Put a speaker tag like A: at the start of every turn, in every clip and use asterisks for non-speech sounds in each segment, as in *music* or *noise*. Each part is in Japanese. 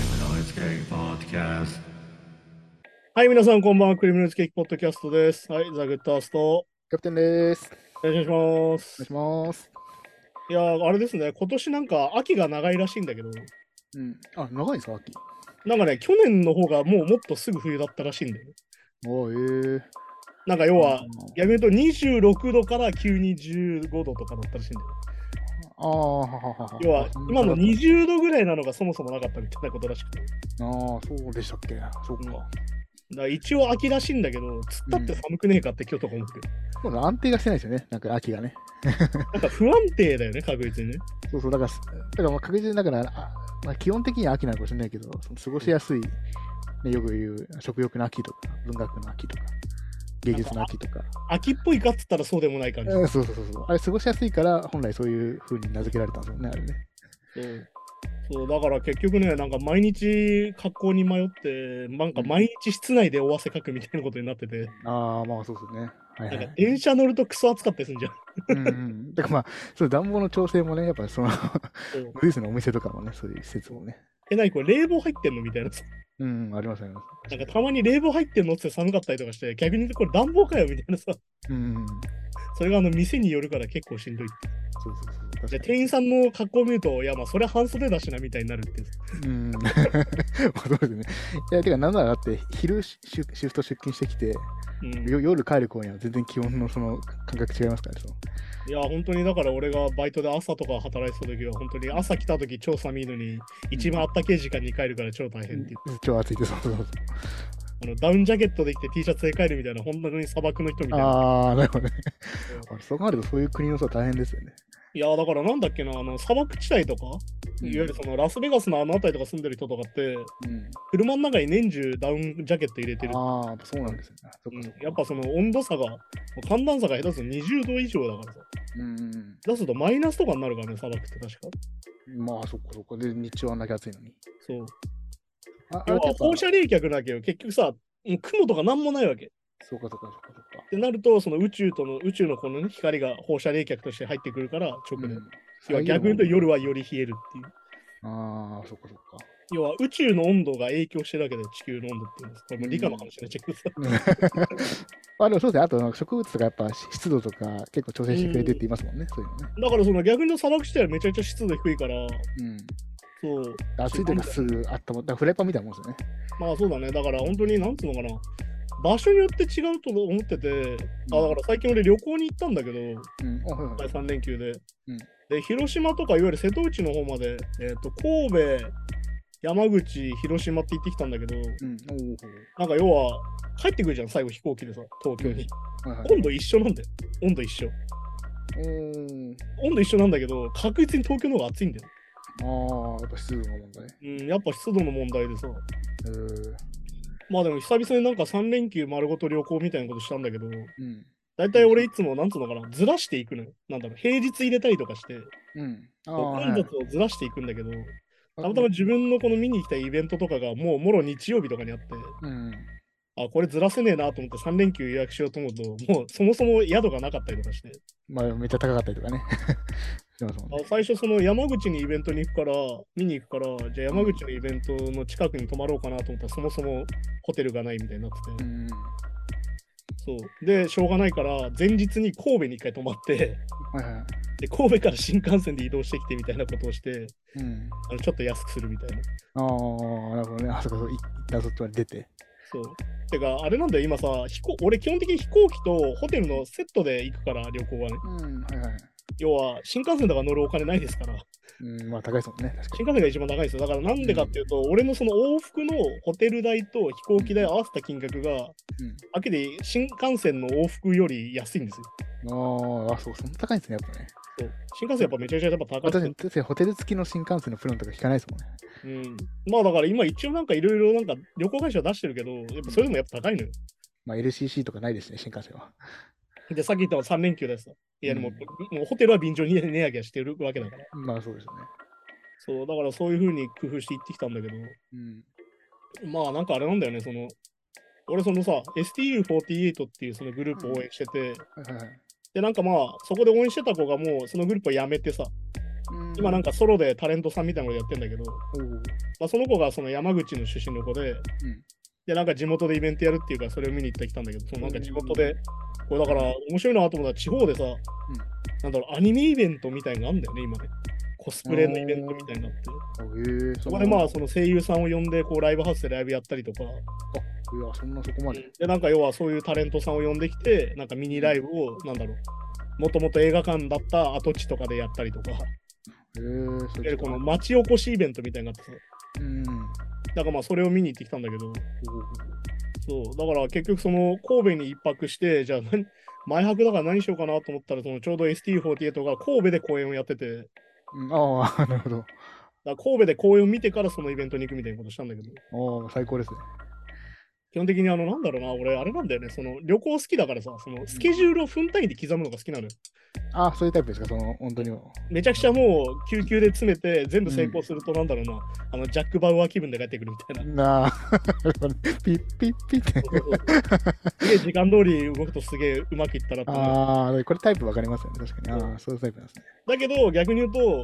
A: Cake Podcast.
B: はい、皆さん、こんばんは。クリムナルズケーキポッドキャストです。はい、ザ・グッドアースト。よ
C: キャプテンです。
B: ろしくお願いしま
C: お
B: す。
C: 願いします。
B: いやー、あれですね、今年なんか秋が長いらしいんだけど、
C: うん。あ、長いんですか、秋。
B: なんかね、去年の方がもうもっとすぐ冬だったらしいんだよね。
C: おー、え
B: なんか要
C: ー。
B: は、逆に言うと26度から急に15度とかだったらしいんだよね。
C: あーはははは。
B: 要は、今の
C: 二。
B: 20度ぐらいなのがそもそもなかったみたいなことらしくて。
C: ああ、そうでしたっけ。そう
B: うん
C: か。
B: だから一応秋らしいんだけど、つったって寒くねえかって今日とか思ってる。
C: そうだ安定がしてないですよね。なんか秋がね。
B: なんか不安定だよね、確実にね。
C: そうそう、だから、だからまあ確実に、だから、あまあ、基本的には秋なのかもしれないけど、その過ごしやすい、ね、よく言う食欲の秋とか、文学の秋とか、芸術の秋とか。
B: 秋っぽいかっつったらそうでもない感じ。
C: うん、そうそうそうそう。あれ、過ごしやすいから、本来そういう風に名付けられたんですよね、あれね。
B: そうそうだから結局ね、なんか毎日格好に迷って、なんか毎日室内でお汗かくみたいなことになって *laughs* て、
C: ああ、まあそうですね。はい、は。
B: ないんか電車乗るとクソ暑かったりするじゃん。
C: うんうんだからまあ、そう暖房の調整もね、やっぱ *laughs* その
B: そう
C: ウイルスのお店とかもね、そういう施設もね。
B: え、なにこれ冷房入ってんのみたいな。
C: うん、ありますあります。
B: なんかたまに冷房入ってんのって寒かったりとかして、逆に言うとこれ暖房かよみたいなさ。
C: うん、うん
B: それがあの店によるから結構しんどいって。
C: そうそうそう。確かに
B: で、店員さんの格好を見ると、いやまあそれ半袖だしなみたいになるっていう。
C: うん。まあそうですね。いや、てか、なんならだって、昼シシフシフト出勤してきて、
B: うん、
C: よ夜帰る頃には全然気温のその感覚違いますからね。その
B: いや、本当にだから俺がバイトで朝とか働いてた時は、本当に朝来た時超寒いのに、一番あったけえ時間に帰るから超大変っていう。
C: 超暑いって、そうそうそう。
B: あのダウンジャケットで着て T シャツで帰るみたいな、本当に砂漠の人みたいな。
C: ああ、なるほどね。あそう考えると、そういう国のさ、大変ですよね。
B: いや、だからなんだっけな、あの砂漠地帯とか、
C: うん
B: いわゆるそのラスベガスのあの辺りとか住んでる人とかって、
C: うん、
B: 車の中に年中ダウンジャケット入れてる。
C: ああ、やっぱそうなんですよね。そ
B: う
C: っか
B: ん
C: そっか
B: やっぱその温度差が、もう寒暖差が下手すると20度以上だからさ。
C: うんうんうん。
B: 出するとマイナスとかになるからね、砂漠って確か。
C: まあ、そっかそっか。で、日中はあんだけ暑いのに。
B: そう。
C: あ
B: 要は放射
C: 冷
B: 冷却なわけよ。結局さ、もう雲とかなんもないわけ。っ
C: そうかそうかそうかそうか。
B: てなると、その宇宙との、宇宙のこのね、光が放射冷却として入ってくるから、直で。要は逆に言うと夜は
C: は。
B: より冷えるっていう。
C: ああ、そっかそっか。
B: 要は宇宙の温度が影響してるわけで地球の温度っていうんです。これも理科の話になっちゃうけどさ。
C: *laughs* あでもそうですね、あとなんか植物とかやっぱ湿度とか結構調整してくれてって言いますもんね、そういうのね。
B: だからその逆に砂漠地帯はめちゃくちゃ湿度低いから、
C: うん。
B: そう。
C: 暑い時はすぐあったまった、フライパンみたいなもんですよね。
B: まあそうだね。だから本当になんつうのかな。場所によって違うと思ってて、あだから最近俺旅行に行ったんだけど、
C: うん。あはいはい
B: 第3連休で。
C: うん
B: で、広島とかいわゆる瀬戸内の方まで、えっ、と、神戸、山口、広島って行ってきたんだけど、
C: うん。おー
B: なんか要は、帰ってくるじゃん、最後飛行機でさ、東京に。
C: はいはい
B: 温度一緒なんだよ。温度一緒。
C: おー
B: 温度一緒なんだけど、確実に東京の方が暑いんだよ。
C: ああ、やっぱ湿度の問題。へ
B: うん、やっぱ湿度の問題でさ。
C: えー。
B: まあでも久々になんか3連休丸ごと旅行みたいなことしたんだけど、
C: うん。
B: だいたい俺いつもなんつうのかな、ずらしていくのよ。なんだろう、平日入れたりとかして、
C: うん。ああ、
B: 混
C: は
B: 雑
C: い
B: をずらしていくんだけど、たまたま
C: はい
B: 自分のこの見に行きたいイベントとかがもうもろ日曜日とかにあって、
C: うん。
B: あ、これずらせねえなと思って3連休予約しようと思うと、もうそもそも宿がなかったりとかして、
C: まあ、めっちゃ高かったりとかね。 *laughs* しますもん
B: あ
C: ね。
B: 最初その山口にイベントに行くから、見に行くから、じゃあ山口のイベントの近くに泊まろうかなと思ったら、そもそもホテルがないみたいになってて、
C: うん。
B: そう。で、しょうがないから、前日に神戸に一回泊まって、
C: はいは
B: で、神戸から新幹線で移動してきてみたいなことをして、
C: い。うん。
B: あのちょっと安くするみたいな。
C: ああ、なるほどね。あそこそう、い一旦そっちまで出て。
B: そう。てか、あれなんだよ、今さ、飛行俺基本的に飛行機とホテルのセットで行くから、旅行はね。
C: うん、はいはい。
B: 要は、新幹線とか乗るお金ないですから、
C: うん、まあ高いですもんね、確か
B: 新幹線が一番高いんですよ。だからなんでかっていうと、俺のその往復のホテル代と飛行機代合わせた金額が、
C: に。
B: あけで新幹線の往復より安いんですよ。
C: うん、あーあ、そう、そんな高いんですね、やっぱね。
B: そう新幹線やっぱめちゃくちゃやっぱ高く
C: 私、
B: て。
C: 確かにホテル付きの新幹線のプランとか聞かないですもんね。
B: うん。まあだから今一応なんかいろいろなんか旅行会社は出してるけど、やっぱそれでもやっぱ高いのよ。
C: まあ LCC とかないですね、新幹線は。
B: で、さっき言ったの3連休だしさ。いやでも、
C: う
B: もうホテルは便乗に値上げしてるわけだから。
C: まあそうですよね。
B: そう、だからそういう風に工夫していってきたんだけど、
C: うん。
B: まあなんかあれなんだよね、その、俺そのさ、STU48 っていうそのグループを応援してて、
C: はいはいはい。
B: で、なんかまあ、そこで応援してた子がもうそのグループを辞めてさ、
C: うーん
B: 今なんかソロでタレントさんみたいなことやってんだけど、
C: おー
B: まあ、その子がその山口の出身の子で、で、なんか地元でイベントやるっていうから、それを見に行ってきたんだけど、そのなんか地元で、これだから面白いなと思ったら、地方でさ、なんだろう、アニメイベントみたいなのがあるんだよね、今ね。コスプレのイベントみたいになって。
C: うん。へえー、
B: そ
C: そ
B: こ
C: ん
B: で
C: な
B: まあ、その声優さんを呼んで、こう、ライブハウスでライブやったりとか、
C: いや、そんなそこまで。
B: で、なんか要はそういうタレントさんを呼んできて、なんかミニライブを、なんだろう、もともと映画館だった跡地とかでやったりとか、いわ
C: へえー、そ
B: ゆる
C: れ
B: この町おこしイベントみたいになってさ、
C: うん。おー
B: だからまあ、それを見に行ってきたんだけど、そう、だから結局その神戸に一泊して、じゃあ何、前泊だから何しようかなと思ったら、そのちょうど ST48 が神戸で公演をやってて、だか
C: うんああ、 *laughs* なるほど。
B: ら神戸で公演を見てからそのイベントに行くみたいなことしたんだけど、
C: おお、最高ですね。
B: 基本的にあの、なんだろうな、俺、あれなんだよね、その旅行好きだからさ、そのスケジュールを分単位で刻むのが好きなのよ。
C: ああ、そういうタイプですか、その、本当にも。
B: めちゃくちゃもう、救急で詰めて、全部成功すると、なんだろうな、あの、ジャック・バウアー気分で帰ってくるみたいう *laughs* な。
C: なあ、 *laughs* ピッピッピッって。
B: すげえ時間通り動くとすげえうまくいったなと思う
C: ああ、これタイプわかりますよね、確かに。ああ、そういうタイプなんですね。
B: だけど逆に言うと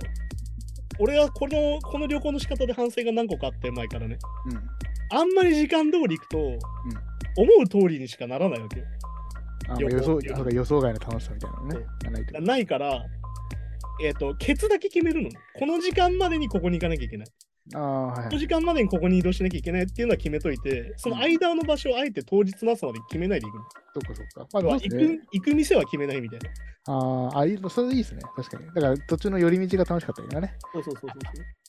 B: 俺はこのこの旅行の仕方で反省が何個かあって前からね
C: うん。
B: あんまり時間通り行くと、思う通りにしかならないわけよ
C: あー
B: 旅行
C: 予想
B: いや
C: そうか予想外の楽しさみたいなのね。がないと
B: だないからえっ、とケツだけ決めるのねこの時間までにここに行かなきゃいけない
C: ああ、は
B: この
C: い。
B: 時間までにここに移動しなきゃいけないっていうのは決めといてその間の場所をあえて当日の朝まで決めないで行くの、
C: そっかそっか。まあ、
B: 要は
C: そう
B: 行く
C: ですね。
B: 行く店は決めないみたいな
C: あーあ、いいそれいいですね。確かに。だから途中の寄り道が楽しかったりとかね。
B: そうそうそうそう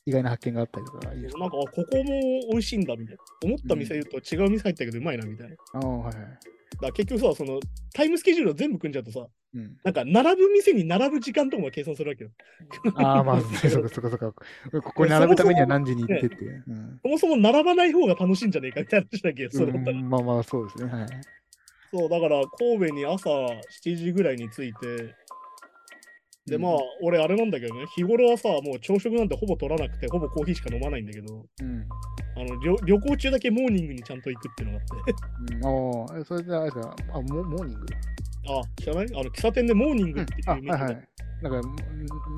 C: 意外な発見があったりとかいいです
B: そうな
C: ね。
B: んかあここも美味しいんだみたいな思った店言うと違う店入ったけどうまいなみたいなだか
C: ああ、はいはい。
B: ら結局さそのタイムスケジュールを全部組んじゃうとさ
C: うん、
B: なんか並ぶ店に並ぶ時間とかも計算するわけよ。
C: ああ、まあ、そこそこそこ。ここに並ぶためには何時に行ってっていう。うん
B: *laughs* そもそも並ばない方が楽しいんじゃねえかみたいな話だっけそうう思ったら
C: ん、まあまあ、そうですね。はい。
B: そうだから神戸に朝7時ぐらいに着いてでまあ、俺あれなんだけどね日頃はさもう朝食なんてほぼ取らなくてほぼコーヒーしか飲まないんだけど
C: うん。
B: あの旅旅行中だけモーニングにちゃんと行くっていうのがあって
C: うん、おーそれじゃあれですか、あモモーニング、
B: あ知らないあの喫茶店でモーニングっていう
C: あ、
B: メ
C: はい
B: ニューがあ,、
C: はい。なん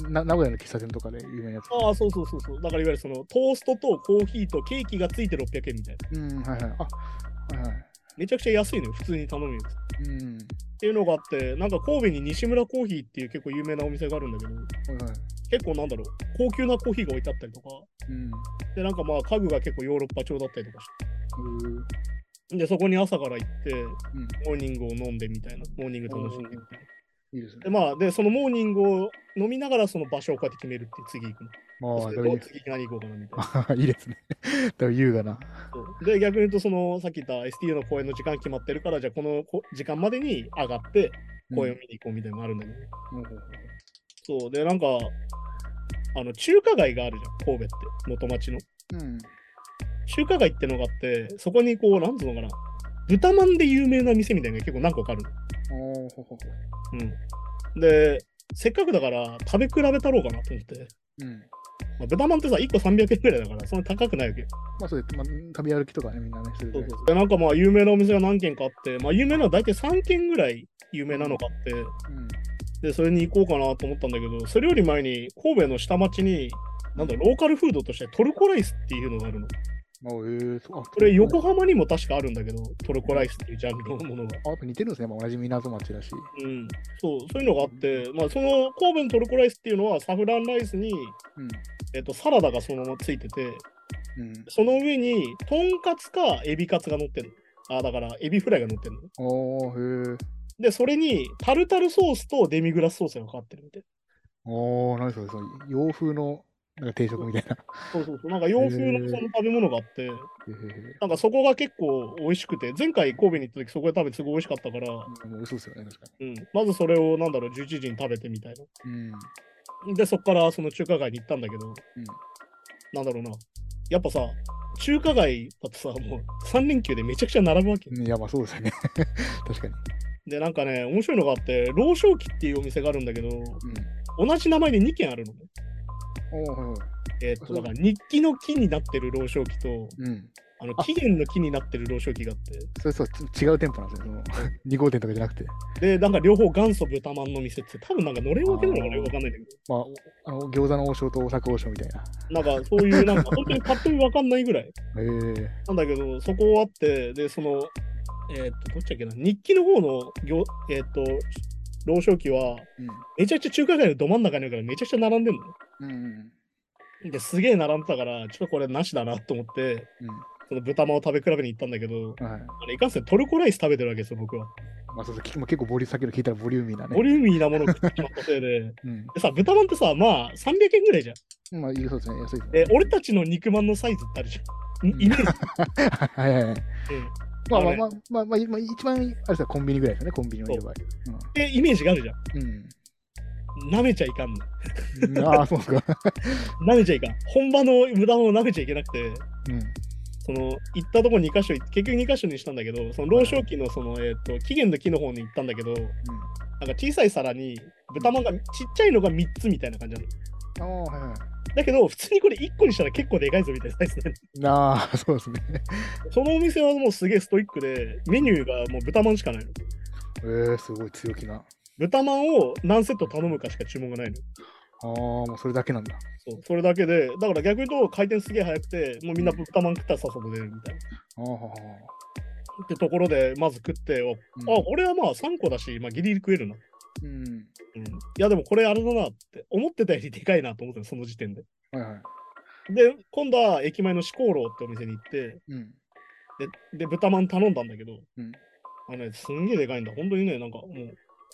C: かな、名古屋の喫茶店とかで有名なやつ。
B: あそうそうそうそうだからいわゆるそのトーストとコーヒーとケーキがついて600円みたいな
C: うん、はいはい。あ、はいはい。
B: めちゃくちゃ安いのよ普通に頼むよ
C: うん。
B: っていうのがあって、なんか神戸に西村コーヒーっていう結構有名なお店があるんだけど、
C: はいはい。
B: 結構なんだろう、高級なコーヒーが置いてあったりとか、
C: うん。
B: で、なんかまあ家具が結構ヨーロッパ調だったりとかし
C: うー
B: て、で、そこに朝から行って、
C: う
B: モ
C: ん。
B: ーニングを飲んでみたいな、モーニング楽しんでみたい
C: いいですね
B: な。で、。まあ、で、そのモーニングを飲みながらその場所をこうやって決めるっていう、次行く
C: ま
B: の。
C: あ、
B: そ
C: で
B: れ
C: もいい
B: と次何行こうかなみたいな。
C: いいですね。でも優雅な。
B: そうで、逆に言うと、その、さっき言った STU の公演の時間決まってるから、じゃあこのこ時間までに上がって、公演を見に行こうみたいなのもあるんだけど、
C: うん。
B: そうでなんかあの中華街があるじゃん神戸って元町の
C: うん。
B: 中華街ってのがあってそこにこうなんつうのかな豚まんで有名な店みたいなのが結構何個かある
C: おーほほほ。
B: の、うん、でせっかくだから食べ比べたろうかなと思って、
C: うん。
B: まあ、豚まんってさ1個300円ぐらいだからそんな高くないわけよ
C: まあ、そうです。まあ、旅歩きとかね、みんなね、するぐらい
B: でなんかまあ有名なお店が何軒かあってまあ有名なのは大体3軒ぐらい有名なのがあって
C: うん。
B: でそれに行こうかなと思ったんだけどそれより前に神戸の下町になんだローカルフードとしてトルコライスっていうのがあるの
C: まあ、えー、そうあ、
B: これ横
C: あ、
B: 浜にも確かあるんだけど、トルコライスっていうジャンルのものが。
C: やっぱ似てるんですね。まあ、同じ港町だし。
B: うん、そうそういうのがあって、まあ、その神戸のトルコライスっていうのはサフランライスに、
C: うん。
B: えっと、サラダがそのままついてて、
C: うん。
B: その上にとんかつかエビカツが乗ってるの。あだからエビフライが乗ってるの。
C: おー、へー。
B: で、それにタルタルソースとデミグラスソースがかかってるみたい
C: おー、何それ、その洋風のなんか定食みたいな。
B: な。そうそうそう。なんか洋風の
C: へー
B: その食べ物があって、
C: へー
B: なんかそこが結構美味しくて、前回神戸に行った時そこで食べてすごい美味しかったから、
C: もう嘘ですよね、確か
B: うん、まずそれをなんだろう、11時に食べてみたいな。
C: に。うん。
B: で、そこからその中華街に行ったんだけど、なんだろうな。やっぱさ、中華街だとさ、もう3連休でめちゃくちゃ並ぶわけ。
C: うん。いや、まあ、そうですよね。確かに。
B: で、なんかね、面白いのがあって、老少期っていうお店があるんだけど、
C: うん。
B: 同じ名前で2軒あるのね。
C: おー、はいはい。
B: えーっと、だから日記の木になってる老少期と、
C: うん。
B: ああの
C: あ
B: 期限の木になってる老少期があって
C: それそう、ち違う店舗なんですよ。もう2号店とかじゃなくて。
B: でなんか両方元祖豚まんの店って多分なんかのれん分けなのかな
C: あー
B: よくわかんないんだけ
C: まあ、おあの餃子の王将と大阪王将みたいな。
B: どなんかそういうなんか本当にパッと見わかんないぐらい
C: へえ
B: なんだけどそこあってでそのえーっとどっちだっけな日記の方の行えーっと老少期はめちゃくちゃ中華街のど真ん中にあるからめちゃくちゃ並んでんの
C: うん。うん。うん。
B: ですげえ並んでたからちょっとこれなしだなと思ってその豚まんを食べ比べに行ったんだけど
C: うん。はい。
B: あれいかんせんトルコライス食べてるわけですよ僕は
C: まあそうそう、きもう結構ボリューム、先ほど聞いたらボリューミーなね。
B: ボリューミーなものを食ってしまったせいで
C: うん。
B: でさ豚まんってさまあ300円ぐらいじゃん
C: まあ、いいそうですね。安いですね
B: で俺たちの肉まんのサイズってあるじゃん
C: うん
B: イメージ、
C: はいはいは
B: う
C: い。
B: ん
C: まあま
B: あ
C: あ
B: れ
C: まあまあ、まあ、まあ一番あれですよコンビニぐらいですよね、コンビニのいい場合。
B: でイメージがあるじゃ
C: うん。
B: ん舐めちゃいかんの
C: うん、ああ、そうですか。
B: 舐めちゃいかん本場の豚まんを舐めちゃいけなくて
C: うん。
B: その行ったとこ2箇所行って結局2箇所にしたんだけどその老少期のその、えっと期限の木の方に行ったんだけどなんか小さい皿に豚まんがちっちゃいのが3つみたいな感じなの
C: ああ、はいは
B: だけど普通にこれ1個にしたら結構でかいぞみたいなサイズなの
C: い。ああ、そうですね。
B: そのお店はもうすげえストイックでメニューがもう豚まんしかないの
C: ええすごい強気な。あ
B: 豚まんを何セット頼むかしか注文がないの
C: あ、もうそれだけなんだ。
B: そうそれだけでだから逆に言うと回転すげえ早くてもうみんな豚まん食ったらさっさと出るみたいな
C: ああ、あ
B: ってところでまず食っておあこれはまあ3個だし、まあ、ギリギリ食えるな
C: うん。
B: うんいやでもこれあれだなって思ってたよりでかいなと思ったのその時点で。
C: はいはい。
B: で今度は駅前の四香楼ってお店に行って
C: *laughs* うん。
B: でで豚まん頼んだんだけど、
C: うん
B: あのねすんげえでかいんだ本当にねなんかもう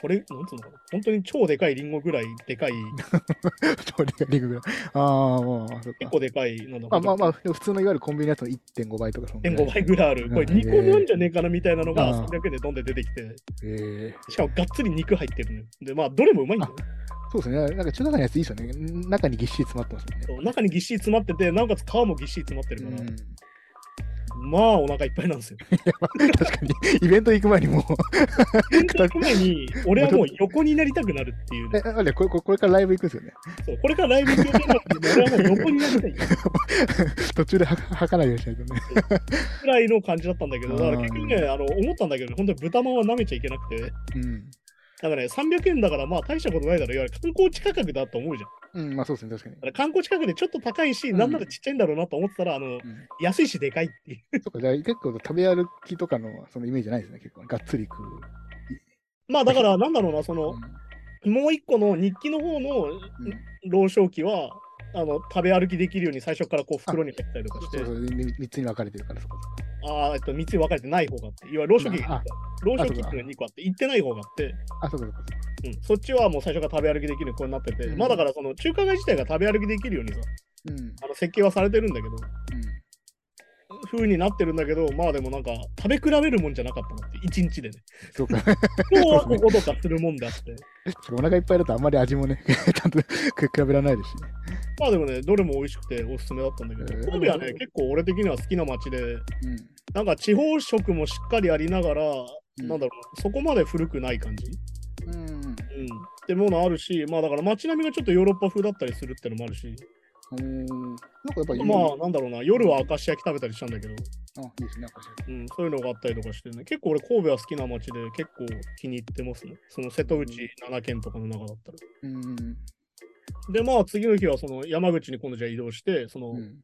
B: これなんつうのかな本当に超でかいリンゴぐらいで
C: *laughs*
B: かい
C: とにかくリグぐらい。ああ、まあまあ、そ
B: 結
C: っか。
B: 構でかいなんだ
C: まあまあま
B: あ
C: あ、でも普通のいわゆるコンビニのやつの1.5倍とかそんぐらい
B: 1.5倍ぐらいある。これ
C: うん
B: 2個目なんじゃねえかなみたいなのが
C: うん
B: 300円でどんで出てきて、
C: ええ
B: しかもがっつり肉入ってるのよ。で、まあ、どれもうまい
C: *laughs*
B: んだよ。
C: そうですね。なんか中華街のやついいですよね。中にぎっしり詰まってますもんね。
B: そう中にぎっしり詰まってて、なおかつ皮もぎっしり詰まってるから、
C: うん
B: まあ、お腹いっぱいなんですよ。
C: 確かに、イベント行く前にもう *laughs*
B: 運転行く前に、俺はもう横になりたくなるっていうね。
C: え、あれこれこれこれからライブ行くんですよね。
B: そうこれからライブ行く予定なんで、俺はもう横になりたい
C: 途中でははかないようにしないとね。
B: ぐらいの感じだったんだけど、だから
C: うん
B: 結局ね、あの思ったんだけど、本当に豚まんは舐めちゃいけなくて、だ
C: うん。
B: からね、300円だからまあ大したことないだろう、いわゆる観光地価格だと思うじゃん。
C: うん、まあそうですね、確かに
B: だ。から観光地価格でちょっと高いし、
C: うん
B: なんならちっちゃいんだろうなと思ってたら、あの、
C: ん
B: 安いしでかいっていう。
C: そっか、じゃあ結構食べ歩きとかのそのイメージじゃないですね、結構。がっつり食う。
B: まあだから、なんだろうな、その
C: うん、
B: もう一個の日記の方の
C: うん
B: 老少期は、あの食べ歩きできるように最初からこう袋に入ったりとかして
C: そうそう、3つに分かれてるから、そこ。
B: あーえっと、3つに分かれてない方があって、いわゆる老少期が一個あって老少期っていうのが2個あって、行ってない方があって、
C: あ、そうか、そうか。
B: うん、そっちはもう最初から食べ歩きできるようにこうなってて、
C: うん
B: まあだからその中華街自体が食べ歩きできるようにさ、
C: うん。うん。
B: あの設計はされてるんだけど、風になってるんだけど、まあでもなんか食べ比べるもんじゃなかったのって、1日で
C: *laughs*
B: ね。
C: そうか。
B: 今日はこことかするもんだって。
C: お腹いっぱいだとあんまり味もね、 *laughs* ちゃんと食い比べられないですしね。
B: まあでもね、どれも美味しくておすすめだったんだけど、
C: えー
B: 神戸はね、結構俺的には好きな街で、
C: うん。
B: なんか地方食もしっかりありながら、
C: うん
B: なんだろう、そこまで古くない感じ、
C: うん。
B: うん、ってものあるし、まあだから街並みがちょっとヨーロッパ風だったりするってのもあるし、
C: なんかやっぱり、
B: まあなんだろうな、夜は明石焼き食べたりしたんだけど、
C: あ、いいですね、なんかしら
B: うん、そういうのがあったりとかしてね、結構俺神戸は好きな街で結構気に入ってますね。その瀬戸内7県とかの中だったら。
C: うん。
B: で、まあ次の日はその山口に今度じゃあ移動して、その、
C: うん。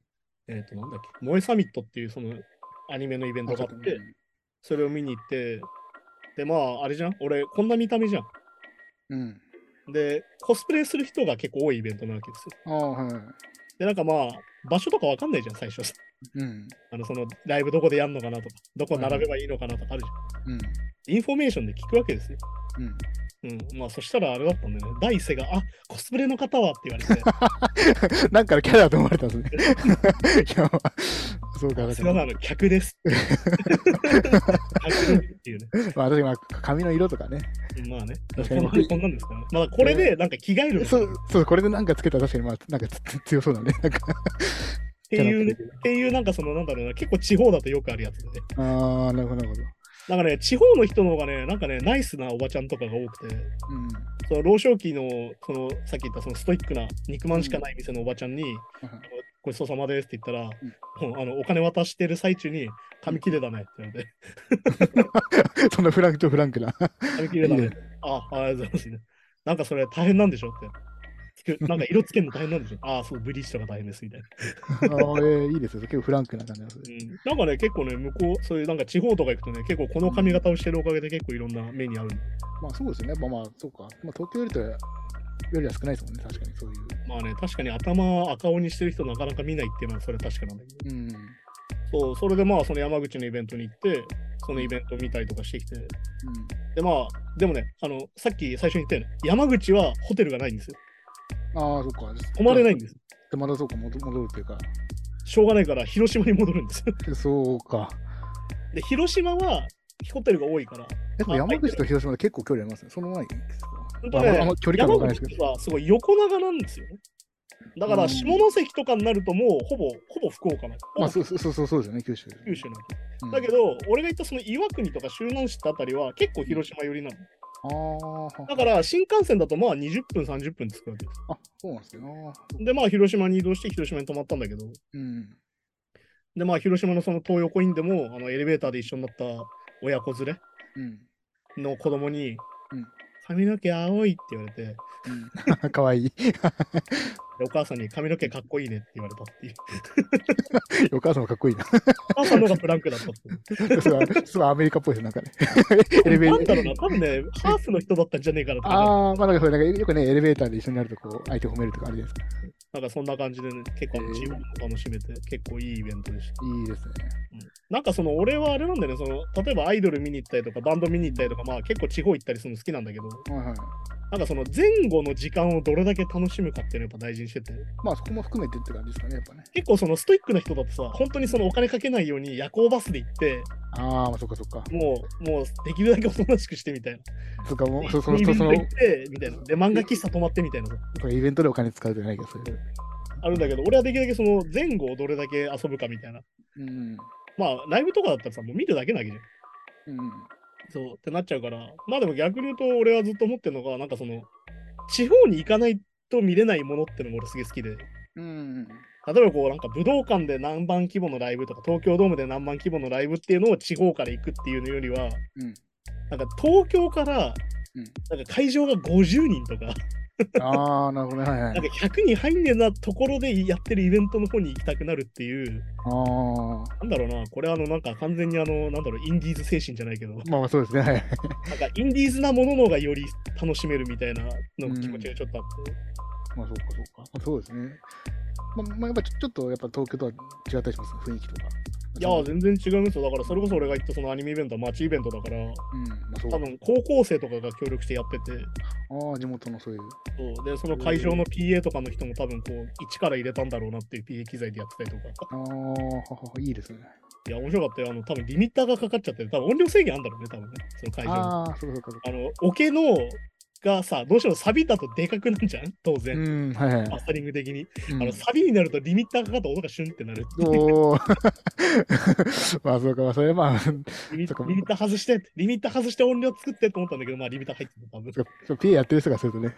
B: えっ、と、なんだっけ、萌えサミットっていうそのアニメのイベントがあって、それを見に行って、で、まあ、あれじゃん、俺、こんな見た目じゃん。
C: うん。
B: で、コスプレする人が結構多いイベントなわけですよ。
C: ああ、はい。
B: で、なんかまあ、場所とかわかんないじゃん、最初。
C: うん。
B: あの、その、ライブどこでやるのかなとか、どこ並べばいいのかなとかあるじゃん。
C: うん。
B: インフォメーションで聞くわけですよ。
C: うん。
B: うん。まあ、そしたらあれだったんだよね。第一声が、あコスプレの方はって言われて、さ
C: なんかのキャラだと思われたんです *laughs* ね。いや、まあそうか、だ
B: す
C: か
B: が
C: ら
B: なの客です。客っていうね。
C: まあ、私は髪の色とかね。
B: まあね。
C: 確か
B: こん
C: に
B: なこんなんですからね。まあ、これで、なんか着替えるの
C: そ
B: かな
C: う、そう、これでなんかつけたら確かに、まあ、なんかつつ強そうだね。なん
B: っ
C: か、
B: ていうね、
C: キャラ
B: っていうなんかそのなんだろうな、結構地方だとよくあるやつでね。
C: ああ、なるほど、なるほど。
B: なんかね、地方の人の方がね、なんかね、ナイスなおばちゃんとかが多くて、
C: うん。
B: その老少期の、そのさっき言ったそのストイックな肉まんしかない店のおばちゃんに、ごちそうさまですって言ったら、もうあのお金渡してる最中に、髪切れだねって言われ *laughs* て、
C: そんなフランクとフランクな。
B: 髪切れだねって。あ、ありがとうございますね。なんかそれ大変なんでしょって。聞くなんか色つけるの大変なんでしょああ、そう、ブリッジとか大変ですみたいな。
C: あーえーいいですよ。結構フランクな感じがす
B: う
C: る。
B: ん、なんかね、結構ね、向こう、そういうなんか地方とか行くとね、結構この髪型をしてるおかげで結構いろんな目にあるんで。
C: まあそうですよね。まあまあ、そうか。まあ東京よりとよりは少ないですもんね。確かにそういう。
B: まあね、確かに頭赤鬼してる人なかなか見ないっていうのはそれ確かなんだけど。
C: うん。
B: そう、それでまあその山口のイベントに行って、そのイベント見たりとかしてきて。
C: うん
B: でまあ、でもね、あの、さっき最初に言ったように、山口はホテルがないんですよ。
C: ああ、そっか。
B: 泊まれないんです。
C: で、またそうか、戻戻るっていうか。
B: しょうがないから広島に戻るんですよ。
C: そうか。
B: で、広島はホテルが多いから、
C: でも山口と広島で結構距離ありますね。その前に。
B: 本
C: ま
B: 当
C: あ
B: ね、
C: あんま距離感わかんないですけど。
B: 山口はすごい横長なんですよね。だから下関とかになるともうほぼ、ほぼ福岡なの。
C: まあそうそうそうそうそうですよね、九州。
B: 九州なの。
C: うん
B: だけど、俺が言ったその岩国とか周南市ってあたりは結構広島寄りなの。
C: あー
B: だから新幹線だとまあ20分、30分つくわけです。
C: あ、そうなんですけど。う
B: で、まあ広島に移動して広島に泊まったんだけど、
C: ん。
B: で、まあ広島のその東横インでもあのエレベーターで一緒になった親子連
C: うん。
B: れの子供に、
C: うん
B: 髪の毛青いって言われて、で
C: うん、 *laughs* かわいい。
B: お母さんに髪の毛かっこいいねって言われたっ
C: *laughs*
B: ていう。
C: お母さんもかっこいいな。 *laughs*
B: お母さんの方がフランクだったっていう。
C: すごいすごいアメリカっぽいですなんかね。 *laughs* エレベ
B: なん
C: ータ
B: だ
C: ー
B: ろう。な、多分ね、ハーフの人だったんじゃねえかなとかね、
C: ああ、まあなんかそれなんかよくね、エレベーターで一緒になるとこう、相手褒めるとかあれですか。
B: なんかそんな感じでね、結構あの
C: へえ
B: 自分も楽しめて、結構いいイベントでした。
C: いいですね。
B: なんかその俺はあれなんだよね、その例えばアイドル見に行ったりとかバンド見に行ったりとか、まあ結構地方行ったりするの好きなんだけど、
C: はいはい。
B: なんかその前後の時間をどれだけ楽しむかっていうのをやっぱ大事にしてて、
C: まあそこも含めてって感じですかね、やっぱね。
B: 結構そのストイックな人だとさ、本当にそのお金かけないように夜行バスで行って、
C: ああ、まあそっかそっか。
B: もう、もうできるだけおとなしくしてみたい
C: そっか、も *laughs*
B: な。
C: うそその
B: イベ
C: そ
B: ン
C: そ
B: ト
C: の
B: 行って、みたいな。で、漫画喫茶泊まってみたいな。
C: そのイベントでお金使うじゃないけど、そういう。
B: あるんだけど、俺はできるだけその前後をどれだけ遊ぶかみたいな。
C: うん。
B: まあ、ライブとかだったらさ、もう見るだけなわけじゃん。
C: うん。
B: そうってなっちゃうから、まあでも逆に言うと、俺はずっと思ってるのが、なんかその、地方に行かないと見れないものってのも俺すげえ好きで、例
C: うん。
B: えばこう、なんか武道館で何番規模のライブとか、東京ドームで何番規模のライブっていうのを地方から行くっていうのよりは、
C: うん。
B: なんか東京から、
C: うん
B: なんか会場が50人とか、
C: ああ、なるほどね。はいは
B: なん
C: い。
B: か100人入んねえなところでやってるイベントの方に行きたくなるっていう、
C: ああ。
B: なんだろうな、これあの、なんか完全にあの、なんだろう、インディーズ精神じゃないけど、
C: まあまあそうですね。はい。
B: なんかインディーズなものの方がより楽しめるみたいなの気持ちがちょっとあって。
C: まあそうかそうか。まあ、そうですね。まあ、まあ、やっぱちょちょっとやっぱ東京とは違ったりします、雰囲気とか。
B: いやー、全然違うんですよ。だから、それこそ俺が言ったそのアニメイベントは街イベントだから、
C: うん、まあそう
B: 多分高校生とかが協力してやってて、
C: ああ、地元のそういう。
B: そうで、その会場の PA とかの人も多分こう、一から入れたんだろうなっていう PA 機材でやってたりとか。
C: ああ、ははいいですね。
B: いや、面白かったよ。あの、多分リミッターがかかっちゃってる、多分音量制限あんだろうね、多分ね、その会場にあ
C: ああ、そうかそうかそうか。
B: の、オケのがさ、どうしてもサビだとでかくなるじゃん当
C: う
B: 然。
C: ん、はいはい。
B: マスタリング的に。
C: うん
B: あの、サビになるとリミッターかかった音がシュンってなる。
C: おお。 *laughs* まあそうか、まあそれはまあ、そう
B: リミ
C: そっか
B: リミッター外して、リミッター外して音量作ってと思ったんだけど、まあリミッター入ってた、多分。っ
C: かそう PA やってる人がすると
B: *laughs*
C: ね。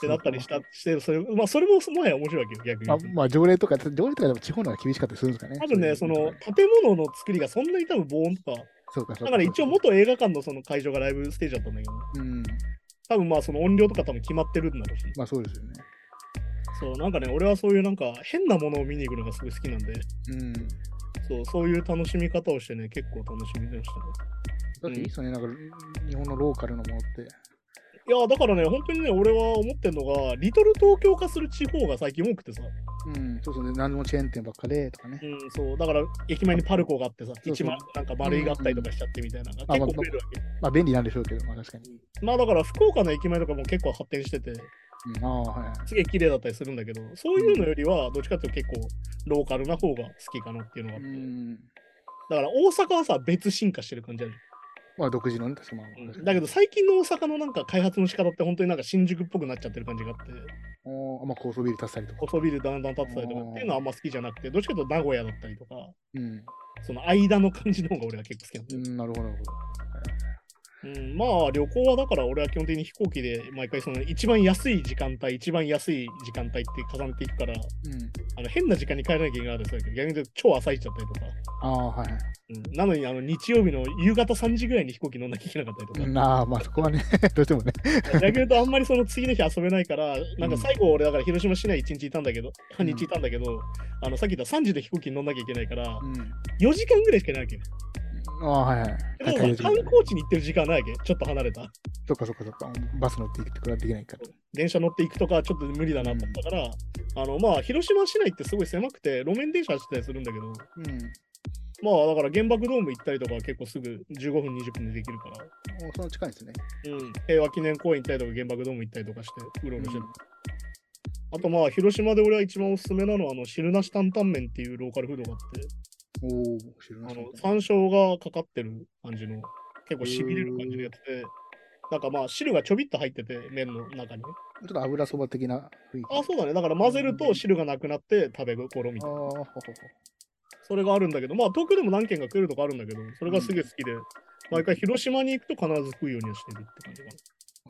B: てなったりしたして、それ、まあそれももはや面白いわけよ、逆に
C: まあ
B: 言うと。
C: まあ条例とか、条例とかでも地方の方が厳しかったりするんですかね。
B: 多分ね、そ
C: そうい
B: の
C: う
B: 建物の作りがそんなに多分防音とか、
C: そうかそう
B: だ
C: か。
B: から一応元映画館のその会場がライブステージだったんだけど、
C: うん、
B: 多分まあその音量とか多分決まってるんだろうし、
C: まあそうですよね。
B: そう、なんかね、俺はそういうなんか変なものを見に行くのがすごい好きなんで、
C: うん。だ
B: そう、そういう楽しみ方をしてね、結構楽しみましたね。
C: っていいですよね、なんか日本のローカルのものって。
B: いや、だからね、本当にね、俺は思ってるのが、リトル東京化する地方が最近多くてさ、
C: うん、そうそうね、何でもチェーン店ばっかでとかね。
B: うん、そう、だから駅前にパルコがあってさ、
C: そう
B: 一番なんか丸いがあったりとかしちゃってみたいなのが
C: うん
B: 結
C: うん
B: 構増えるわけ。
C: まあ便利なんでしょうけど、まあ確かに。
B: まあだから福岡の駅前とかも結構発展してて、
C: うん、ああ、はいはい。
B: すげえ綺麗だったりするんだけど、そういうのよりは、どっちかっていうと結構ローカルな方が好きかなっていうのがあ
C: う
B: って、
C: ん。
B: だから大阪はさ、別進化してる感じある、
C: まあ独自のね、確かまあ
B: う
C: 確か
B: ん
C: に。
B: だけど最近の大阪のなんか開発の仕方って本当になんか新宿っぽくなっちゃってる感じがあって、
C: おーまあ高層ビル足したりとか。
B: 細ビルだんだん建ってたりとか
C: あー
B: っていうのはあんま好きじゃなくて、どっちかというと名古屋だったりとか、
C: うん。
B: その間の感じの方が俺は結構好きなんだよ。
C: うん、なるほど、なるほど。
B: うん、まあ旅行はだから俺は基本的に飛行機で毎回その一番安い時間帯一番安い時間帯って重ねていくから
C: うん。
B: あの変な時間に帰らなきゃいけないですけど逆に言うと超朝いっちゃったりとか、
C: ああ、はいは
B: うん、なのにあの日曜日の夕方3時ぐらいに飛行機乗んなきゃいけなかったりとか
C: い。なあ、まあそこはね、 *laughs* どうしてもね。
B: 逆に言うとあんまりその次の日遊べないから、なんか最後俺だから広島市内1日いたんだけど、半日いたんだけど、あのさっき言った3時で飛行機に乗んなきゃいけないから、
C: うん。
B: 4時間ぐらいしかいないわけよ。
C: ああ、はいはい。
B: だから
C: 高い
B: 観光地に行ってる時間ないわけ、ちょっと離れた。
C: そっかそっかそっか。バス乗っていくとかはできないから。
B: 電車乗っていくとかちょっと無理だなと思ったから、あのまあ広島市内ってすごい狭くて路面電車走ったりするんだけど、
C: うん。
B: まあだから原爆ドーム行ったりとかは結構すぐ15分20分でできるから、
C: おその近いですね。
B: うん、平和記念公園行ったりとか原爆ドーム行ったりとかしてうろうろしてる。あとまあ広島で俺は一番おすすめなのはあの汁なし担々麺っていうローカルフードがあって
C: おお、知ら
B: あ
C: な
B: の
C: い。
B: 山椒がかかってる感じの結構しびれる感じのやつでなんかまあ汁がちょびっと入ってて麺の中にね
C: ちょっと油そば的な雰囲気。
B: あそうだねだから混ぜると汁がなくなって食べ頃みたいな
C: あーほほほ
B: それがあるんだけどまあ東京でも何軒か来るとかあるんだけどそれがすげえ好きで毎回広島に行くと必ず食うようにはしてるって感じかな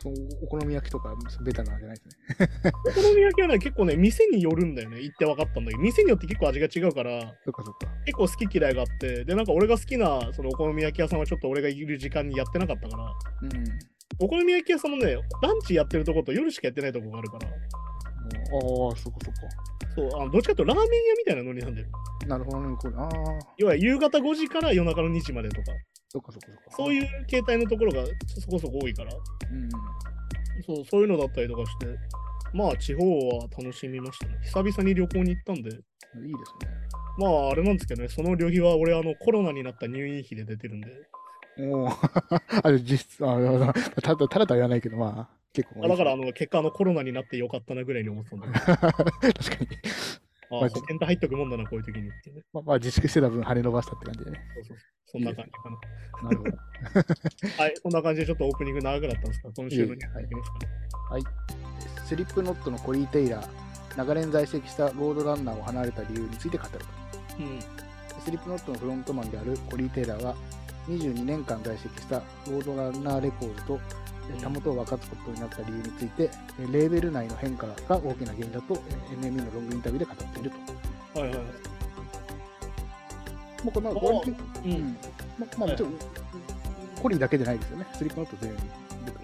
C: そのお好み焼きとかベタなわけないですね。
B: お好み焼きはね、結構ね、店によるんだよね。行って分かったんだけど、店によって結構味が違うから、
C: そっかそっか。
B: 結構好き嫌いがあって、で、なんか俺が好きなそのお好み焼き屋さんはちょっと俺がいる時間にやってなかったから、
C: うん。
B: お好み焼き屋さんもね、ランチやってるとこと夜しかやってないとこがあるから、
C: おああ、そっかそっか。
B: そう、あのどっちかというとラーメン屋みたいなノリなんだよ。
C: なるほどね、これ。ああ、
B: 要は夕方5時から夜中の2時までとか、
C: そっかそっかそっか。
B: そういう形態のところがそこそこ多いから、
C: うん。
B: そう、そういうのだったりとかして、まあ地方は楽しみましたね。久々に旅行に行ったんで、
C: うん。いいです
B: まああれなんですけどね、その旅費は俺あのコロナになった入院費で出てるんで、
C: ね。おお。 *laughs* あ、実質、ああただ、ただとは言わないけど、まあ、結構。
B: あだからあ、の結果あのコロナになってよかったなぐらいに思ってたんだけど、
C: *laughs* 確かに。
B: ああ保
C: マジ
B: 険って入っとくもんだな、こういう時にっていうね。
C: まあ、まあ、自粛してた分、跳ね伸ばしたって感じでね。
B: そうそうそんな感じかな。
C: なる
B: *laughs*
C: ほど。
B: はい、そんな感じでちょっとオープニング長くなったんですが、今週のに入ってますかね。
C: スリップノットのコリー・テイラー、長年在籍したロードランナーを離れた理由について語る。スリップノットのフロントマンであるコリー・テイラーは、22年間在籍したロードランナーレコー
B: う
C: ドと、えー
B: ん
C: たもとを分かつことになった理由について、えーレーベル内の変化が大きな原因だと、えー NME のロングインタビューで語っている
B: う
C: と。
B: ん。はいはいはい。
C: もうこの
B: おー
C: ゴールキ
B: う
C: ーうん
B: ん、
C: ままあ、もちろん、コリーだけじゃないですよね。スリップノット全員。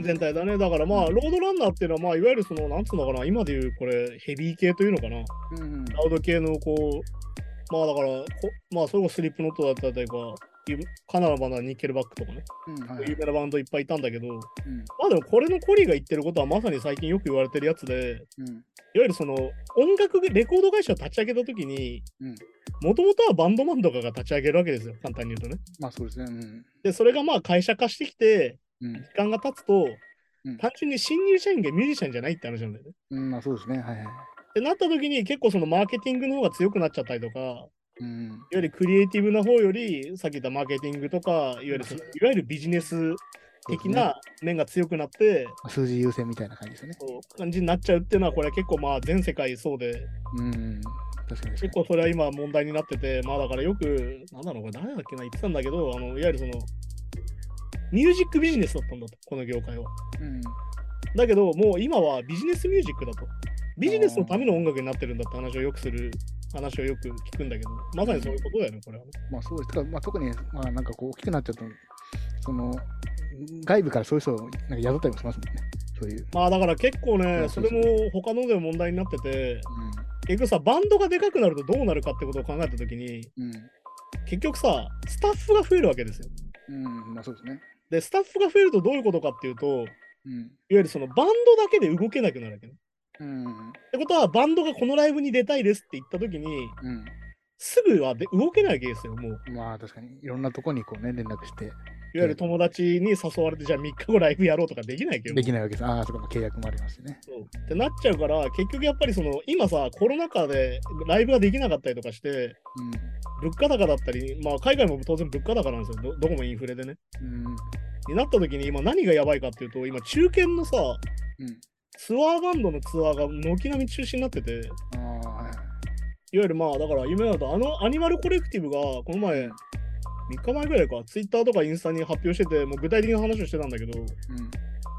B: 全体だね。だからまあ、ロードランナーっていうのは、まあ、いわゆるその、なんつうのかな、今でいうこれ、ヘビー系というのかな。
C: うん
B: ラウド系のこう、まあだから、こまあ、それこそスリップノットだったりとか、ゆカナダバナニッケルバックとかね。
C: うんはいはい
B: 有名なバンドいっぱいいたんだけど、
C: うん
B: まあでもこれのコリーが言ってることはまさに最近よく言われてるやつで、
C: うん
B: いわゆるその音楽、レコード会社を立ち上げたときに
C: うん、
B: もともとはバンドマンとかが立ち上げるわけですよ、簡単に言うとね。
C: まあ、そうですね。うん
B: で、それがまあ会社化してきて、
C: うん
B: 時間が経つと
C: うん、
B: 単純に新入社員がミュージシャンじゃないって話なんだよね。
C: うん、まあ、そうですね。はいはい。
B: ってなった時に結構そのマーケティングの方が強くなっちゃったりとか、いわ
C: うん
B: ゆるクリエイティブな方より、さっき言ったマーケティングとか、いわゆるそのいわゆるビジネス的な面が強くなって、
C: 数字優先みたいな感じですよね。
B: そう感じになっちゃうっていうのは、これは結構まあ全世界そうで、
C: うん。確かに
B: 結
C: 確か
B: 構それは今問題になってて、まあだからよく、なんだろう、これ誰だっけな、言ってたんだけど、あのいわゆるその、ミュージックビジネスだったんだと、この業界は。
C: に。うん。
B: だけど、もう今はビジネスミュージックだと。ビジネスのための音楽になってるんだって話をよくする、話をよく聞くんだけど、まさにそういうことだよね、これはね。
C: まあそうです。だからまあ、特に、まあなんかこう大きくなっちゃうと、その、外部からそういう人をなんか雇ったりもしますもんね。そういう。
B: まあだから結構ね、そ
C: そう
B: れ
C: そうそう
B: も他のでも問題になってて、結局さ、バンドがでかくなるとどうなるかってことを考えたときに、
C: うん。
B: 結局さ、スタッフが増えるわけですよ。
C: うん。うん。まあそうですね。
B: で、スタッフが増えるとどういうことかっていうと、いわ
C: うん。
B: ゆるそのバンドだけで動けなくなるわけね。
C: うん。
B: ってことは、バンドがこのライブに出たいですって言ったときに、すぐはで動けないわけですよ、もう。
C: うん。まあ確かに、いろんなとこにこうね、連絡して、
B: いわゆる友達に誘われて、じゃあ3日後ライブやろうとかできないわけど。
C: できないわけです。ああ、そこも契約もありますしね。
B: そうってなっちゃうから、結局やっぱりその、今さ、コロナ禍でライブができなかったりとかして、物価高だったり、まあ海外も当然物価高なんですよ、どどこもインフレでね。
C: うん。うん。
B: になった時に今何がやばいかっていうと、今中堅のさ、
C: うん。
B: ツアーバンドのツアーが軒並み中止になってて、
C: ああ、はい。
B: いわゆるまあだから夢だとあのアニマルコレクティブがこの前3日前ぐらいか、ツイッターとかインスタに発表してて、もう具体的な話をしてたんだけど、
C: うん。
B: も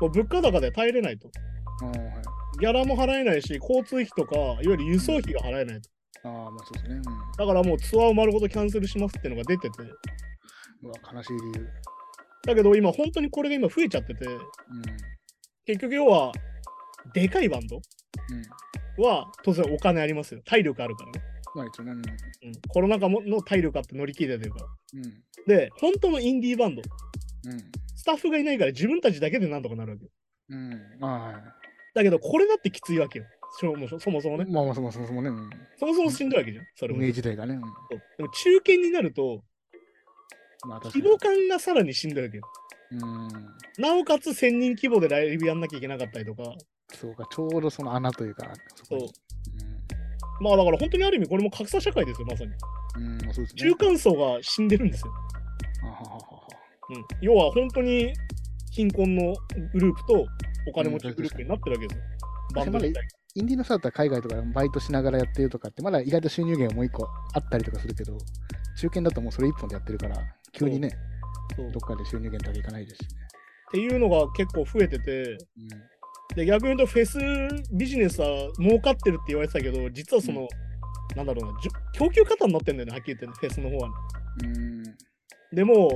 B: う物価高で耐えれないと。
C: あーはい、
B: ギャラも払えないし、交通費とか、いわゆる輸送費が払えないと。
C: あー、まあそうですね。
B: だからもうツアーを丸ごとキャンセルしますっていうのが出てて。
C: うん。うわ、悲しい理由。
B: だけど今、本当にこれが今増えちゃってて、結局要は、でかいバンド
C: うん。うん。
B: は当然お金ありますよ。体力あるからね。
C: まあ一応ね。う
B: うん、コロナ禍もの体力あって乗り切れてるから。
C: ん。うん。
B: で、本当のインディーバンド、
C: うん。
B: スタッフがいないから自分たちだけでなんとかなるわけよ。
C: うん。ああ、はい。
B: だけど、これだってきついわけよ。そもそもそもね。
C: まあまあそもそもそもね、うん
B: そもそもしんどいわけじゃん。それも。
C: 運営自体がね。うん
B: そうでも中堅になると、
C: まあ確
B: 規
C: かに
B: 模。感がさらにしんどいわけよ。
C: うん。
B: なおかつ1000人規模でライブやんなきゃいけなかったりとか。
C: そうか、ちょうどその穴というか、そこに。
B: まあだから本当にある意味これも格差社会ですよ、まさに。
C: うん、うん、そうですね
B: 中。間層が死んでるんですよ。
C: あはははは
B: うん、要は本当に貧困のグループとお金持ちのグループになってるわけですよ。バンド自体が
C: インディーの人だったら海外とかバイトしながらやってるとかって、まだ意外と収入源もう一個あったりとかするけど、中堅だともうそれ一本でやってるから、急にね、
B: そうっ
C: どっかで収入源とかいかないですしね。
B: ていうのが結構増えてて、で逆に言うとフェスビジネスは儲かってるって言われてたけど、実はその、なんだろうな、じゅ供給方になってんだよね、はっきり言ってね、フェスの方は、ね。
C: うん。
B: でも、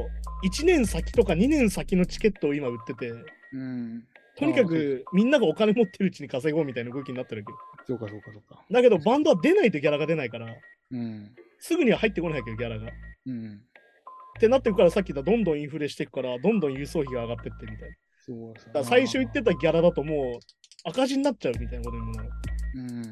B: 1年先とか2年先のチケットを今売ってて、
C: うん。
B: とにか
C: ああそう
B: くみんながお金持ってるうちに稼ごうみたいな動きになってるわけよ。
C: そうか、そうか、そうか。
B: だけど、バンドは出ないとギャラが出ないから、
C: うん。
B: すぐには入ってこないわけど、ギャラが。
C: う
B: っ
C: ん。
B: てなってくからさっき言ったどんどんインフレしていくからどんどん輸送費が上がってってみたいな。
C: そうそう
B: だから最初言ってたギャラだともう赤字になっちゃうみたいなことにもなる。
C: うん。
B: っ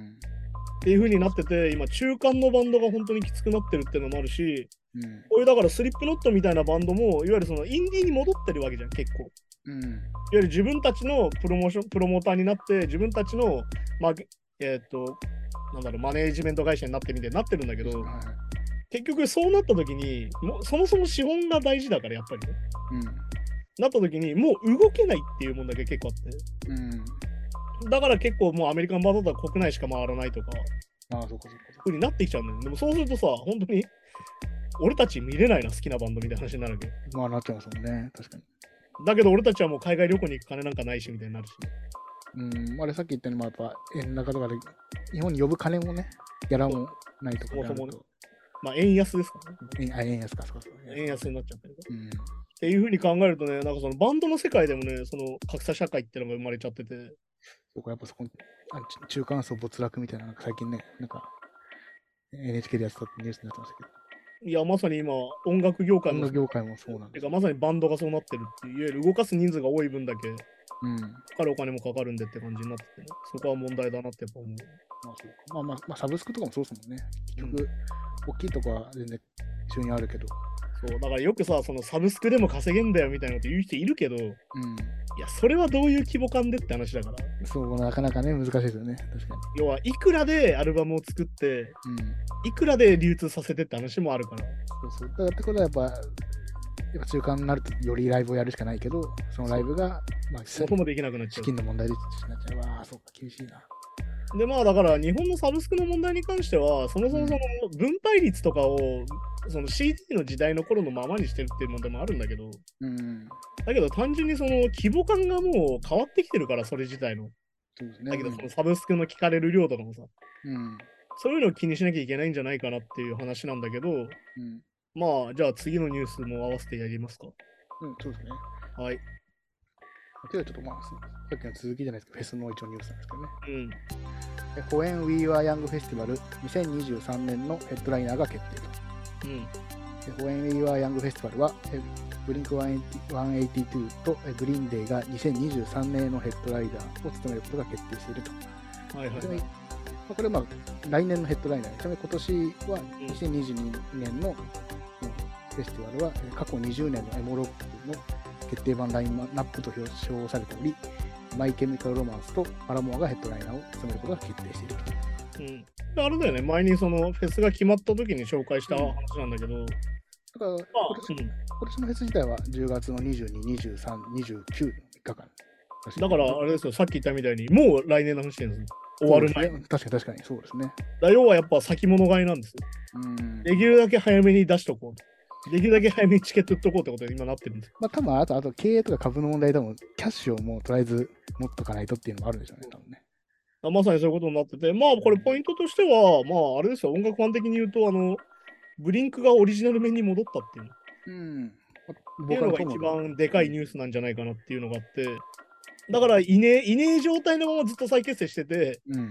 B: ていう風になってて今中間のバンドが本当にきつくなってるっていうのもあるし
C: うん。
B: こういうだからスリップノットみたいなバンドもいわゆるそのインディーに戻ってるわけじゃん結構。いわ
C: うん。
B: ゆる自分たちのプロモーションプロモーターになって自分たちのマーケえーっとなんだろうマネージメント会社になってみたいになってるんだけど
C: はい
B: 結局そうなった時にもうそもそも資本が大事だからやっぱりね。なった時にもう動けないっていう問題が結構あっ
C: うん。うん。
B: てだから結構もうアメリカンバンドだったら国内しか回らないとか
C: ああ、そうか、そうか。
B: ふうになってきちゃうんだよねでもそうするとさ本当に俺たち見れないな好きなバンドみたいな話になるわけど
C: まあなっちゃいますもんね、確かに。
B: だけど俺たちはもう海外旅行に行く金なんかないしみたいになるし
C: うん、あれさっき言ったように、まあ、やっぱ円高とかで、日本に呼ぶ金もね、ギャラもないとか
B: そう
C: なると
B: そもそまあ円安ですからね
C: 円あ円安か、そうかそうか。
B: 円安になっちゃってるから
C: うん。
B: っていうふうに考えるとねなんかそのバンドの世界でもねその格差社会っていうのが生まれちゃってて
C: そうか、やっぱそこ、あち中間層没落みたいな、なんか最近ね、なんか、NHK でやってたってニュースになってましたけ
B: いやまさに今音楽業
C: ど、
B: 界
C: 音
B: も
C: 楽業界もそうなん
B: て
C: で
B: か
C: す。
B: まさにバンドがそうなってるっていういわゆる動かす人数が多い分だけ
C: うん。ま
B: かかるお金もかかるんでって感じになってて、ね、そこは問題だなってやっぱ思う。
C: あ、そうか。まあまあ、まあ、サブスクとかもそうですもんね。結局、大きいとこは全然収入あるけど。
B: そうだからよくさ、そのサブスクでも稼げんだよみたいなこと言う人いるけど、い
C: うん。
B: や、それはどういう規模感でって話だから。
C: そう、なかなかね、難しいですよね。確か
B: 要はいくらでアルバムを作って、
C: に。うん。
B: いくらで流通させてって話もあるから。
C: そうそう。だからってことはやっぱ、やっぱ中間になるとよりライブをやるしかないけど、そのライブが、まあ、資
B: そこもできなくなっちゃ
C: 金の問題でしなっちゃう。わあ、そうか、厳しいな。
B: う。で、まあだから日本のサブスクの問題に関しては、そもそもその分配率とかを、その CD の時代の頃のままにしてるっていう問題もあるんだけど、
C: うん。
B: だけど単純にその規模感がもう変わってきてるから、それ自体の。
C: そうですね。
B: だけど、そのサブスクの聞かれる量とかもさ、
C: うん。
B: そういうのを気にしなきゃいけないんじゃないかなっていう話なんだけど、
C: うん。
B: まあ、じゃあ次のニュースも合わせてやりますか。
C: うん、そうですね。
B: はい。
C: ではちょっとまあ、さっきの続きじゃないですけど、フェスの一応ニュースなんですけどね。
B: うん。
C: え公演 We Are Young Festival 2023年のヘッドライナーが決定と。
B: うん。
C: ホエン・ウィーワー・ヤング・フェスティバルは、えブリンク182とえグリーンデイが2023年のヘッドライダーを務めることが決定していると。
B: はいはい
C: ちな
B: はい。
C: みにまあこれはまあ来年のヘッドライナーで、ちなみに今年は2022年のえフェスティバルはえ過去20年のエモロックの決定版ラインナップと表彰されており、マイ・ケミカル・ロマンスとパラモアがヘッドライナーを務めることが決定している
B: う
C: と。
B: ん。であれだよね、前にそのフェスが決まった時に紹介した
C: うん
B: 話なんだけど、ま
C: だから今
B: あ、
C: 年
B: うん
C: 今年のフェス自体は10月の22、23、29の3日間。
B: だからあれですよ、さっき言ったみたいに、もう来年の話なんですよ。終わる前。
C: そうですね確かに確かに、そうですね。
B: だ要はやっぱ先物買いなんですよ。
C: うん。
B: できるだけ早めに出しとこうと。できるだけ早めにチケット売っとこうってことに今なってるんです
C: まあ多分あと、あと経営とか株の問題でも、キャッシュをもうとりあえず持っとかないとっていうのもあるんでしょうね、多分ね。
B: あまさにそういうことになってて、まあこれポイントとしては、まああれですよ、音楽ファン的に言うと、あの、ブリンクがオリジナル面に戻ったっていう
C: うん。
B: っていうのが一番でかいニュースなんじゃないかなっていうのがあって、だからいねいねえ状態のままずっと再結成してて、
C: うん。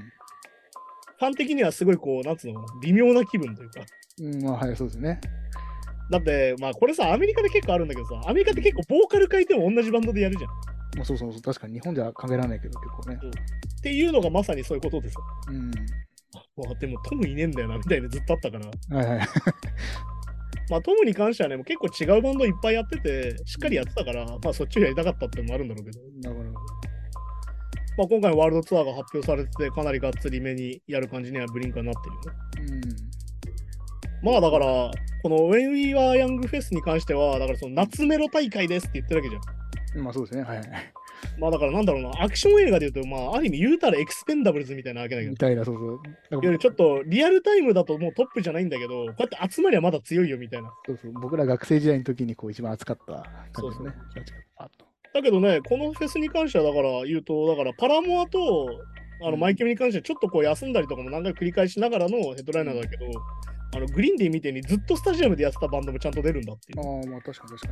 B: ファン的にはすごいこう、なんつうのかな、微妙な気分というか。
C: うん、まあはい、そうですね。
B: だって、まあこれさ、アメリカで結構あるんだけどさ、アメリカって結構ボーカル変えても同じバンドでやるじゃん。っ
C: まあそうそうそう、確かに日本じゃ考えられないけど、結構ね。
B: ていうのがまさにそういうことですよ。
C: うん。
B: あわあでもトムいねえんだよな、みたいなずっとあったから。
C: はいはい。
B: まあトムに関してはね、もう結構違うバンドいっぱいやってて、しっかりやってたから、まあそっちをやりたかったってのもあるんだろうけど、
C: なるほど。
B: まあ今回ワールドツアーが発表されてて、かなりがっつりめにやる感じにはブリンカーになってるよね。
C: うん。
B: まあだから、この When We Were Young Fest に関しては、だからその夏メロ大会ですって言ってるわけじゃ
C: まあそうですね、はいはい。
B: ん。まあだからなんだろうな、アクション映画で言うと、まあある意味言うたらエクスペンダブルズみたいなわけだけど
C: み、たいな、そうそう。なん
B: い
C: か
B: わゆるちょっとリアルタイムだともうトップじゃないんだけど、こうやって集まりはまだ強いよみたいな。
C: そうそう僕ら学生時代の時にこう一番熱かった感じですね。
B: そうそ
C: あと
B: だけどね、このフェスに関してはだから言うと、だからパラモアとあ
C: う
B: の
C: ん
B: マイケルに関してはちょっとこう休んだりとかも何回か繰り返しながらのヘッドライナーだけど、あのグリーンデーみたいにずっとスタジアムでやってたバンドもちゃんと出るんだっていう。
C: ああ、まあ確かに確か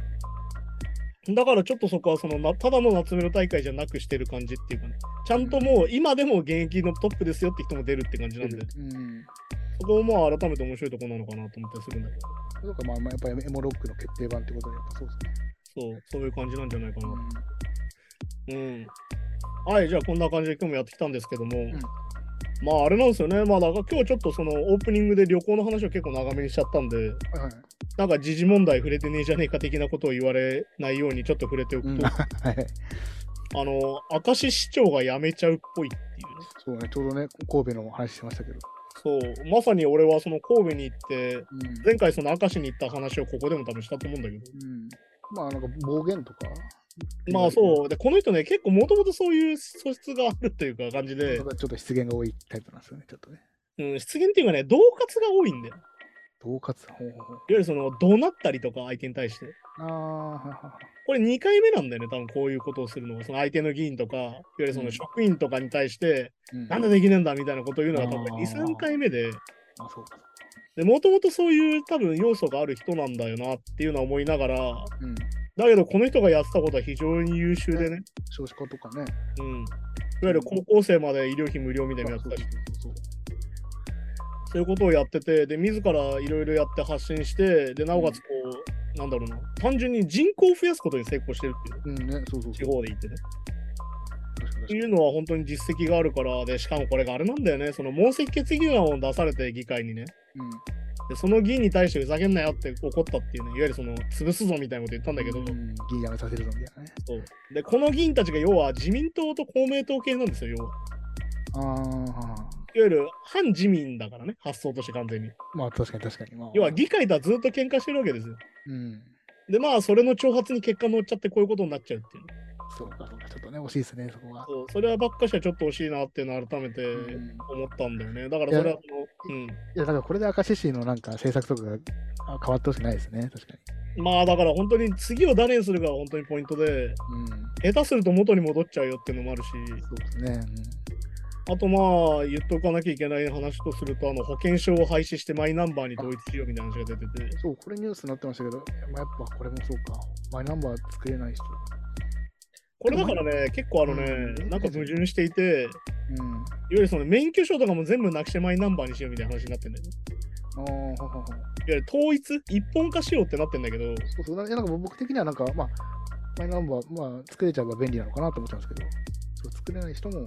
C: に。
B: だからちょっとそこはそのなただの夏メロ大会じゃなくしてる感じっていうかね、ちゃんともう今でも現役のトップですよって人も出るって感じなんで、
C: うん。
B: そこもまあ改めて面白いとこなのかなと思ったりするんだけど、
C: そうか、まあまあやっぱりエモロックの決定版ってことで、やっぱそうですね。
B: そう、そういう感じなんじゃないかな。うん。はい、じゃあこんな感じで今日もやってきたんですけども、まああれなんですよね、まあだから今日ちょっとそのオープニングで旅行の話を結構長めにしちゃったんで、
C: うん。はい
B: なんか時事問題触れてねえじゃねえか的なことを言われないようにちょっと触れておくと、
C: うん
B: あ
C: はい。はい。
B: の、明石市長が辞めちゃうっぽいっていうね。
C: そうね、ちょうどね、神戸の話してましたけど。
B: そう、まさに俺はその神戸に行って、
C: うん。
B: 前回その明石に行った話をここでも多分したと思うんだけど、
C: うん、まあなんか暴言とか。
B: まあ
C: う。
B: そう、で、この人ね、結構もともとそういう素質があるというか感じで
C: た、だちょっと失言が多いタイプなんですよね、ちょっとね。
B: うん、失言っていうかね、恫喝が多いんだよ。いわ
C: 恫喝。ほうほうほう。
B: ゆるその、怒鳴ったりとか相手に対して。
C: ああ、はいは
B: これ2回目なんだよね、多分こういうことをするのが。その相手の議員とか、いわゆるその職員とかに対して、
C: いはい。
B: なん
C: だ
B: でできねえんだみたいなことを言うのが多分
C: あー
B: 2、3回目で、
C: あそうか。
B: で、もともとそういう多分要素がある人なんだよなっていうのは思いながら、
C: うん。
B: だけどこの人がやってたことは非常に優秀でね、
C: 少子化とかね。
B: うん、いわゆる高校生まで医療費無料みたいなのやっ
C: そ
B: て
C: う
B: たし、
C: そうそう
B: そういうことをやってて、で、自らいろいろやって発信して、で、なおかつこう、なんだろうな、単純に人口を増やすことに成功してるっていう、
C: うんね、そうそう
B: 地
C: そう。
B: 方で言ってね。
C: 確かに
B: って
C: 確
B: い
C: か
B: うのは本当に実績があるから、で、しかもこれがあれなんだよね、その問責決議案を出されて議会にね、
C: にうん。
B: で、その議員に対してふざけんなよって怒ったっていうね、いわゆるその、潰すぞみたいなこと言ったんだけど、
C: うん、議員辞めさせるぞみたいなね。
B: そうで、この議員たちが要は自民党と公明党系なんですよ、要は。
C: ああ、
B: いわゆる反自民だからね、発想として完全に。
C: まあ確かに確かに。まあ、
B: 要は議会とはずっと喧嘩してるわけですよ。
C: うん。
B: で、まあ、それの挑発に結果乗っちゃってこういうことになっちゃうっていう。
C: そうか、そうか。ちょっとね、惜しいですね、そこは。
B: そうそれはばっかしはちょっと惜しいなっていうのを改めて
C: うん
B: 思ったんだよね。だからそれはその、
C: いや、だからこれで明石市のなんか政策とかがあ変わってほしくないですね、確か
B: うん。まあ、だから本当に次を誰にするかが本当にポイントで、
C: に。うん。
B: 下手すると元に戻っちゃうよっていうのもあるし、
C: そうですね。
B: あとまあ、言っておかなきゃいけない話とすると、あの保険証を廃止してマイナンバーに統一しようみたいな話が出てて
C: う、ん、そう、これニュースになってましたけど、いやまあ、やっぱこれもそうか。マイナンバー作れない人。
B: これだからね、結構あのね、
C: うん
B: なんか矛盾していて、
C: うん。
B: いわゆるその免許証とかも全部なくしてマイナンバーにしようみたいな話になってんだよね。
C: ああ、ほうほうほう。
B: いわゆる統一一本化しようってなってんだけど、
C: そうそう。いやなんか僕的にはなんか、まあ、マイナンバー、まあ、作れちゃえば便利なのかなと思ってたんですけど、そう作れない人も、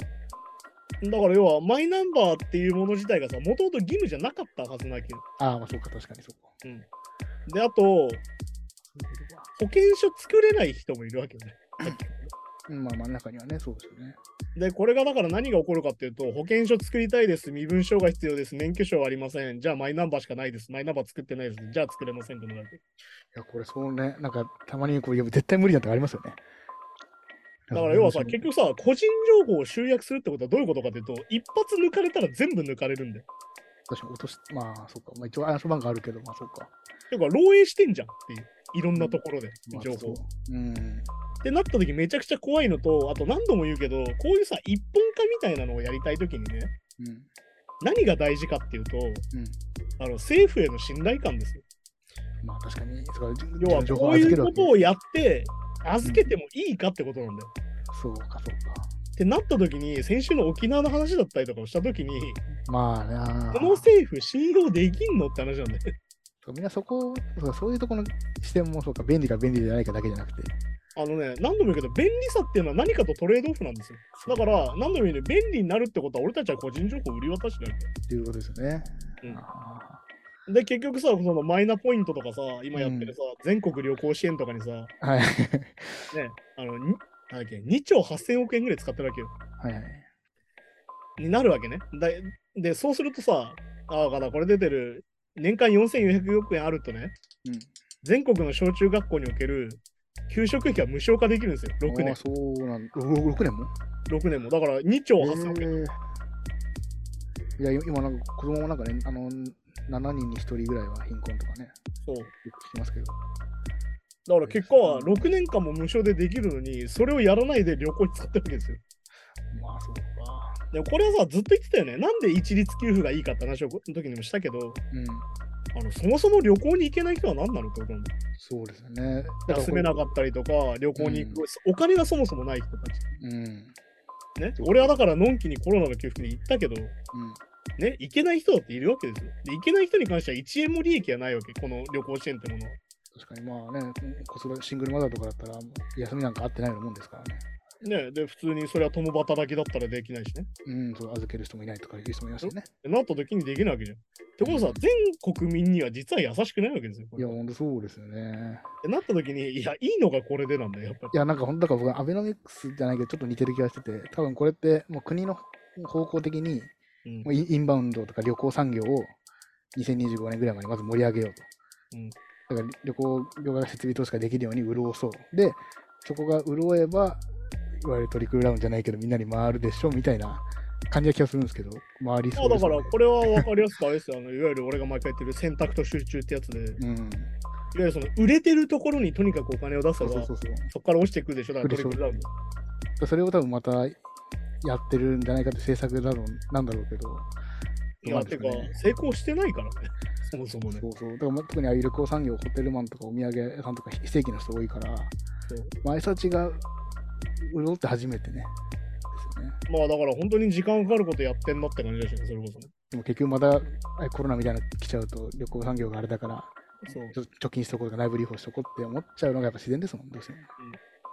B: だから要はマイナンバーっていうもの自体がさ、もともと義務じゃなかったはずなわけよ。
C: ああ、まあそうか、確かにそうか。
B: で、あと、
C: そういうことか。
B: 保険証作れない人もいるわけよね。
C: うん、まあ真ん中にはね、そうですよね。
B: で、これがだから何が起こるかっていうと、保険証作りたいです、身分証が必要です、免許証はありません、じゃあマイナンバーしかないです、マイナンバー作ってないです、じゃあ作れませんってなる
C: いや、これそうね、なんかたまにこう、いや絶対無理だとかありますよね。
B: だから要はさ、
C: なんか
B: 結局さ、個人情報を集約するってことはどういうことかっていうと、一発抜かれたら全部抜かれるんだよ。
C: 確かに落とし、まあそうか、まあ一応暗証番号あるけど、まあそうか。
B: ていうか、漏洩してんじゃんっていう。いろんなところで、
C: まあ
B: 情
C: そ
B: 報。
C: ううん。
B: ってなった時めちゃくちゃ怖いのと、あと何度も言うけど、こういうさ、一本化みたいなのをやりたい時にね、
C: うん。
B: 何が大事かっていうと、
C: うん。
B: あの政府への信頼感ですよ。
C: まあ確かに、そうか
B: 要は、
C: 情
B: こ
C: 報
B: う
C: 預
B: い
C: け
B: う
C: るわ
B: こ
C: け
B: とをやって、預けてもいいかってことなんだよ。
C: そうか、そうか。
B: ってなった時に、先週の沖縄の話だったりとかをした時に、
C: まあなあ
B: この政府信用できんのって話なんだよ。 *laughs*
C: そうみんなそこそうか、そういうところの視点もそうか、便利か便利じゃないかだけじゃなくて。
B: あのね、何度も言うけど、便利さっていうのは何かとトレードオフなんですよ。だから、何度も言うように便利になるってことは、俺たちは個人情報を売り渡してないから
C: っていうことですよね。
B: うん
C: あ
B: で、結局さ、そのマイナポイントとかさ、今やってるさ、全国旅行支援とかにさ、ね、
C: ーはい。 *laughs*
B: あの、になんだっけ、2兆8000億円ぐらい使ってるわけよ。
C: はいはい。
B: になるわけね。だで、そうするとさ、ああ、だからこれ出てる、年間4400億円あるとね、
C: うん。
B: 全国の小中学校における給食費は無償化できるんですよ、6
C: あー
B: 年。
C: そうなんだ。6, 年も
B: 6年も。だから2兆8000億円。
C: えーいや、今なんか子供もなんかね、あの、7人に1人ぐらいは貧困とかね、
B: そう。
C: よく聞きますけど。
B: だから結果は6年間も無償でできるのに、それをやらないで旅行に使ってるわけですよ。
C: まあそうか。
B: でもこれはさ、ずっと言ってたよね。なんで一律給付がいいかって話をこの時にもしたけど、
C: うん。
B: あのそもそも旅行に行けない人は何なのってことなんだよ
C: そうですよね。
B: 休めなか
C: っ
B: ったりとか、旅行に行く、お金がそもそもない人たち。
C: た。うん。うん。
B: ね、俺はだからのんきにコロナの給付に行ったけど、ね、行けない人だっているわけですよ。で、行けない人に関しては1円も利益はないわけ、この旅行支援ってものは。
C: 確かにまあね、子育てシングルマザーとかだったら、休みなんか合ってないようなもんですからね。
B: ね、で、普通にそれは共働きだったらできないしね。
C: うん、そう、預ける人もいないとかいう人もいますよね。
B: でなった時にできないわけじゃん。ってことさ、全国民には実は優しくないわけですよ。こ
C: い
B: れ
C: や、
B: は
C: ほんとそうですよね。
B: ってなった時に、いや、いいのがこれでなんだよ、やっぱり。
C: いや、なんか本当だから僕、アベノミクスじゃないけど、ちょっと似てる気がしてて、多分これって、もう国の方向的に、
B: うん
C: もうインインバウンドとか旅行産業を2025年ぐらいまでまず盛り上げようと。
B: うん
C: だから旅行業界が設備投資ができるように潤そう。で、そこが潤えば、いわゆるトリクルダウンじゃないけど、みんなに回るでしょみたいな感じが気がするんですけど、回り
B: ま
C: そ
B: あ
C: うで
B: だ
C: す、ね。
B: から、これは分かりやすくあれですよ。あのいわゆる俺が毎回言ってる選択と集中ってやつで、いわ
C: うん。
B: ゆるその売れてるところにとにかくお金を出せ
C: そう
B: ば、
C: そうそ
B: そう
C: そう。
B: こから落ちていくでしょ、だからトリクルダウン。
C: それを多分またやってるんじゃないかって政策だろうなんだろうけど。
B: い
C: どう
B: や、
C: なん
B: て
C: です
B: か
C: かね、
B: 成功してないからね、 *laughs* そもそもね
C: そ。うそう。だからまあ特にああいう旅行産業、ホテルマンとかお土産屋さんとか非正規の人多いから、
B: そう
C: 前たちが潤って初めてね。ですよね。
B: まあだから本当に時間かかることやってんなって感じだしね、それこそね。
C: でも結局またあれコロナみたいなの来ちゃうと旅行産業があれだから、
B: そう
C: ちょっと貯金しとこうとか内部留保しとこうって思っちゃうのがやっぱ自然ですもん、どうしても。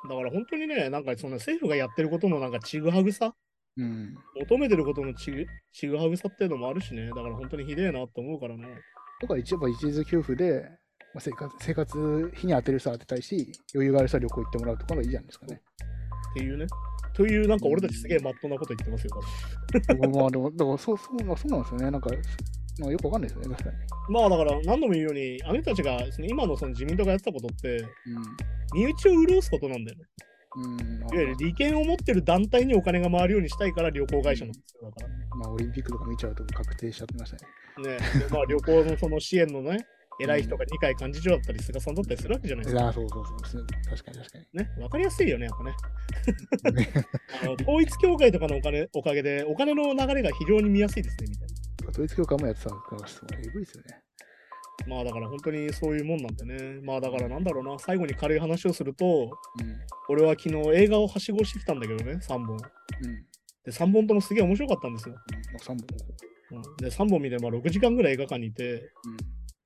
B: だから本当にね、なんかその政府がやってることのなんかちぐはぐさ、
C: うん。
B: 求めてることのちぐちぐはぐさっていうのもあるしね、だから本当にひでえなって思うからね。
C: とか一応やっぱ一律給付で、まあ、生活生活費に当てる人は当てたいし、余裕がある人は旅行行ってもらうとかがいいじゃないですかね。
B: っていうね。という、なんか俺たちすげえまっとうなこと言ってますよ。多分
C: *laughs* まあでも、だからそうそう、まあ、そうなんですよね。なんか、なんかよくわかんないですよね、確かに。
B: まあだから何度も言うように、あの人たちがその今のその自民党がやってたことって、
C: う
B: 身内を潤すことなんだよね。
C: ん。うん。
B: いわゆる利権を持ってる団体にお金が回るようにしたいから旅行会社なんですよ。だから。
C: まあ、オリンピックとか見ちゃうと確定しちゃってましたね。
B: ね、でまあ旅行のその支援のね、偉い人が二階幹事長だったり、菅さんだったりするわけじゃないですか。
C: ああ、そうそうそうですね。確かに確かに。
B: ね、わかりやすいよね、やっぱね。
C: ね
B: *laughs* あの統一教会とかのお金おかげで、お金の流れが非常に見やすいですね、みたい
C: 統一教会もやってたから、すごいえぐいですよね。
B: な。まあだから本当にそういうもんなんでね。まあだからなんだろうな、最後に軽い話をすると、俺は昨日映画をはしごしてきたんだけどね、3本。
C: うん。うん。
B: で、3本ともすげえ面白かったんですよ。
C: まあ、3本。
B: うんで、3本見て、まあ6時間ぐらい映画館にいて、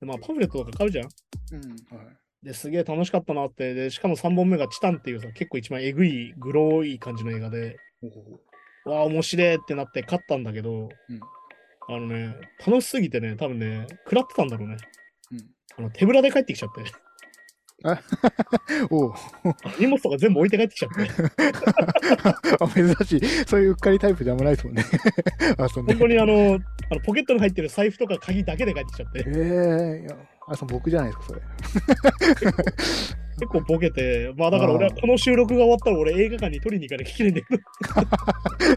B: でまあパンフレットとか買うじゃん。
C: うん。うん。はい。
B: ですげえ楽しかったなって、で、しかも3本目がチタンっていうさ、結構一番えぐい、グロい感じの映画で、
C: ほうほうほう。
B: わあ、面白えってなって勝ったんだけど、
C: うん
B: あのね、楽しすぎてね、多分ね、食らってたんだろうね。
C: うん。
B: あの手ぶらで帰ってきちゃって、 *laughs*
C: おう
B: 荷物とか全部置いて帰ってきちゃって、
C: あ珍しい。そういううっかりタイプじゃあんまないですもんね。 *laughs* あ、そんな
B: 本。当にあの、あのポケットに入ってる財布とか鍵だけで帰ってきちゃっ
C: ええ
B: て、
C: いや、あ、その僕じゃないですか、それ。
B: 結構ボケて、まあだから俺はこの収録が終わったら俺映画館に取りに行かなきゃいけないんだけ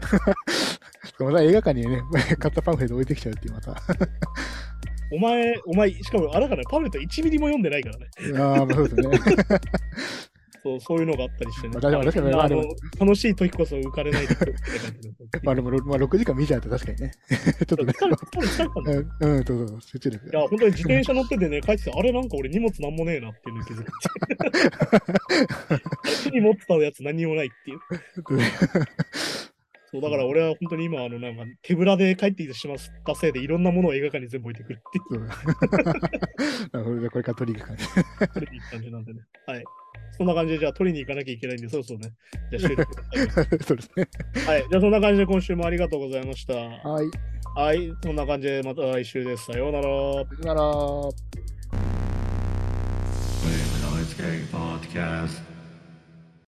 B: ど、
C: また映画館にね、買ったパンフレット置いてきちゃうっていう、また。
B: お前、お前、しかもあれだからね、パブレット1ミリも読んでないからね。
C: ああ、まあそうですね。
B: そうそういうのがあったりしてね。
C: 私も私も
B: あの
C: まあでも
B: 楽しい時こそ浮かれ *laughs* ないでくれって感じで。
C: まあでも、ろまあ、6時間見ちゃうと確かにね。 *laughs* ちょっとね。
B: 疲れ疲れ疲れたんだよ。
C: うん、うん、そうそう、集中力
B: いや、
C: *laughs*
B: 本当に自転車乗っててね、帰ってて、あれなんか俺荷物なんもねえなっていうのに気づく。 *laughs* 手に持ってたやつ何にもないっていう。そうだから俺は本当に今、あの、なんか手ぶらで帰ってきてしまったせいで、いろんなものを映画館に全部置いてくるっていう
C: そう *laughs* なるほどじゃあこれから取り行く感じ。 *laughs*
B: これいい感じなんでね。はい。そんな感じで、じゃあ取りに行かなきゃいけないんで、そろそろね。じゃあ終了。
C: そうですね。
B: はい。じゃあそんな感じで今週もありがとうございました。
C: はい。
B: はい。そんな感じでまた来週です。さようなら。
C: さよなら。
A: Wave Noise Gang Podcast.